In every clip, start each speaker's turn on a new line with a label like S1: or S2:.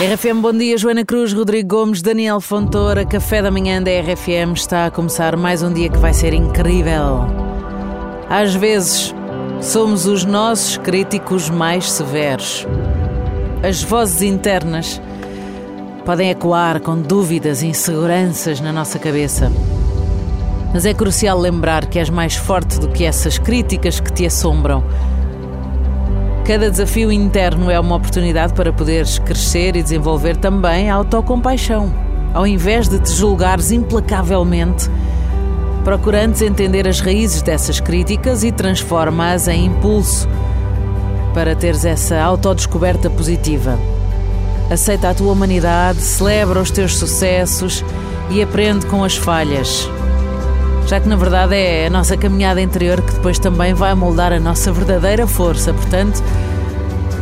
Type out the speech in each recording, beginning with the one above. S1: RFM, bom dia. Joana Cruz, Rodrigo Gomes, Daniel Fontoura. Café da manhã da RFM está a começar mais um dia que vai ser incrível. Às vezes, somos os nossos críticos mais severos. As vozes internas podem ecoar com dúvidas e inseguranças na nossa cabeça. Mas é crucial lembrar que és mais forte do que essas críticas que te assombram. Cada desafio interno é uma oportunidade para poderes crescer e desenvolver também a autocompaixão. Ao invés de te julgares implacavelmente, procurantes entender as raízes dessas críticas e transforma-as em impulso para teres essa autodescoberta positiva. Aceita a tua humanidade, celebra os teus sucessos e aprende com as falhas. Já que na verdade é a nossa caminhada interior que depois também vai moldar a nossa verdadeira força. Portanto,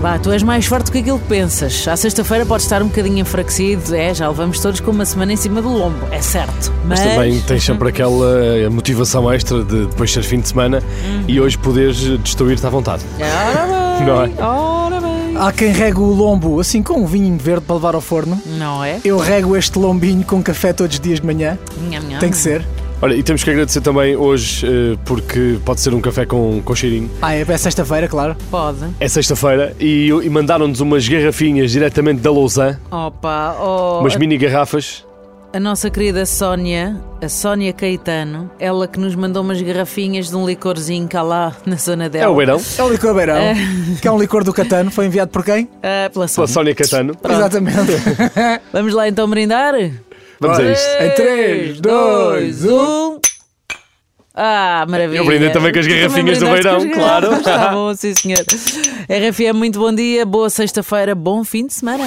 S1: vá, tu és mais forte do que aquilo que pensas. À sexta-feira pode estar um bocadinho enfraquecido, é, já levamos todos com uma semana em cima do lombo, é certo.
S2: Mas, uhum. também tens sempre aquela eh, motivação extra de depois ser fim de semana e hoje poderes destruir-te à vontade.
S1: Ora bem,
S2: Não é?
S1: ora bem.
S3: Há quem rega o lombo assim com um vinho verde para levar ao forno.
S1: Não é?
S3: Eu rego este lombinho com café todos os dias de manhã.
S1: Nham, nham.
S3: Tem que ser.
S2: Olha, e temos que agradecer também hoje, eh, porque pode ser um café com, com cheirinho.
S3: Ah, é para sexta-feira, claro.
S1: Pode.
S2: É sexta-feira e, e mandaram-nos umas garrafinhas diretamente da Lausanne,
S1: Opa, oh,
S2: umas mini garrafas.
S1: a nossa querida Sónia, a Sónia Caetano, ela que nos mandou umas garrafinhas de um licorzinho cá lá na zona dela.
S2: É o beirão,
S3: É o licor beirão, que é um licor do Catano, foi enviado por quem?
S1: Ah, pela
S2: pela
S1: Sónia.
S2: Sónia Catano.
S3: Exatamente.
S1: Vamos lá então brindar?
S2: Vamos a isto.
S3: Em três, dois,
S1: um. Ah, maravilha.
S2: Eu brindei também com as
S1: Tu também
S2: garrafinhas do
S1: brindaste com as
S2: Beirão,
S1: garrafas,
S2: claro.
S1: Está bom, sim senhor. RFM, muito bom dia, boa sexta-feira, bom fim de semana.